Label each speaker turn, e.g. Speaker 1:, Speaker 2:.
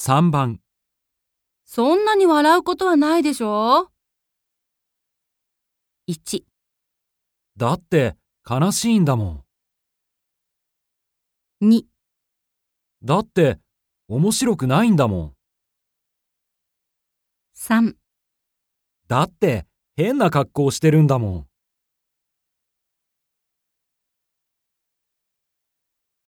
Speaker 1: 3番、
Speaker 2: そんなに笑うことはないでしょ ?1、
Speaker 1: だって悲しいんだもん。
Speaker 2: 2、
Speaker 1: だって面白くないんだもん。
Speaker 2: 3
Speaker 1: だって変な格好してるんだもん。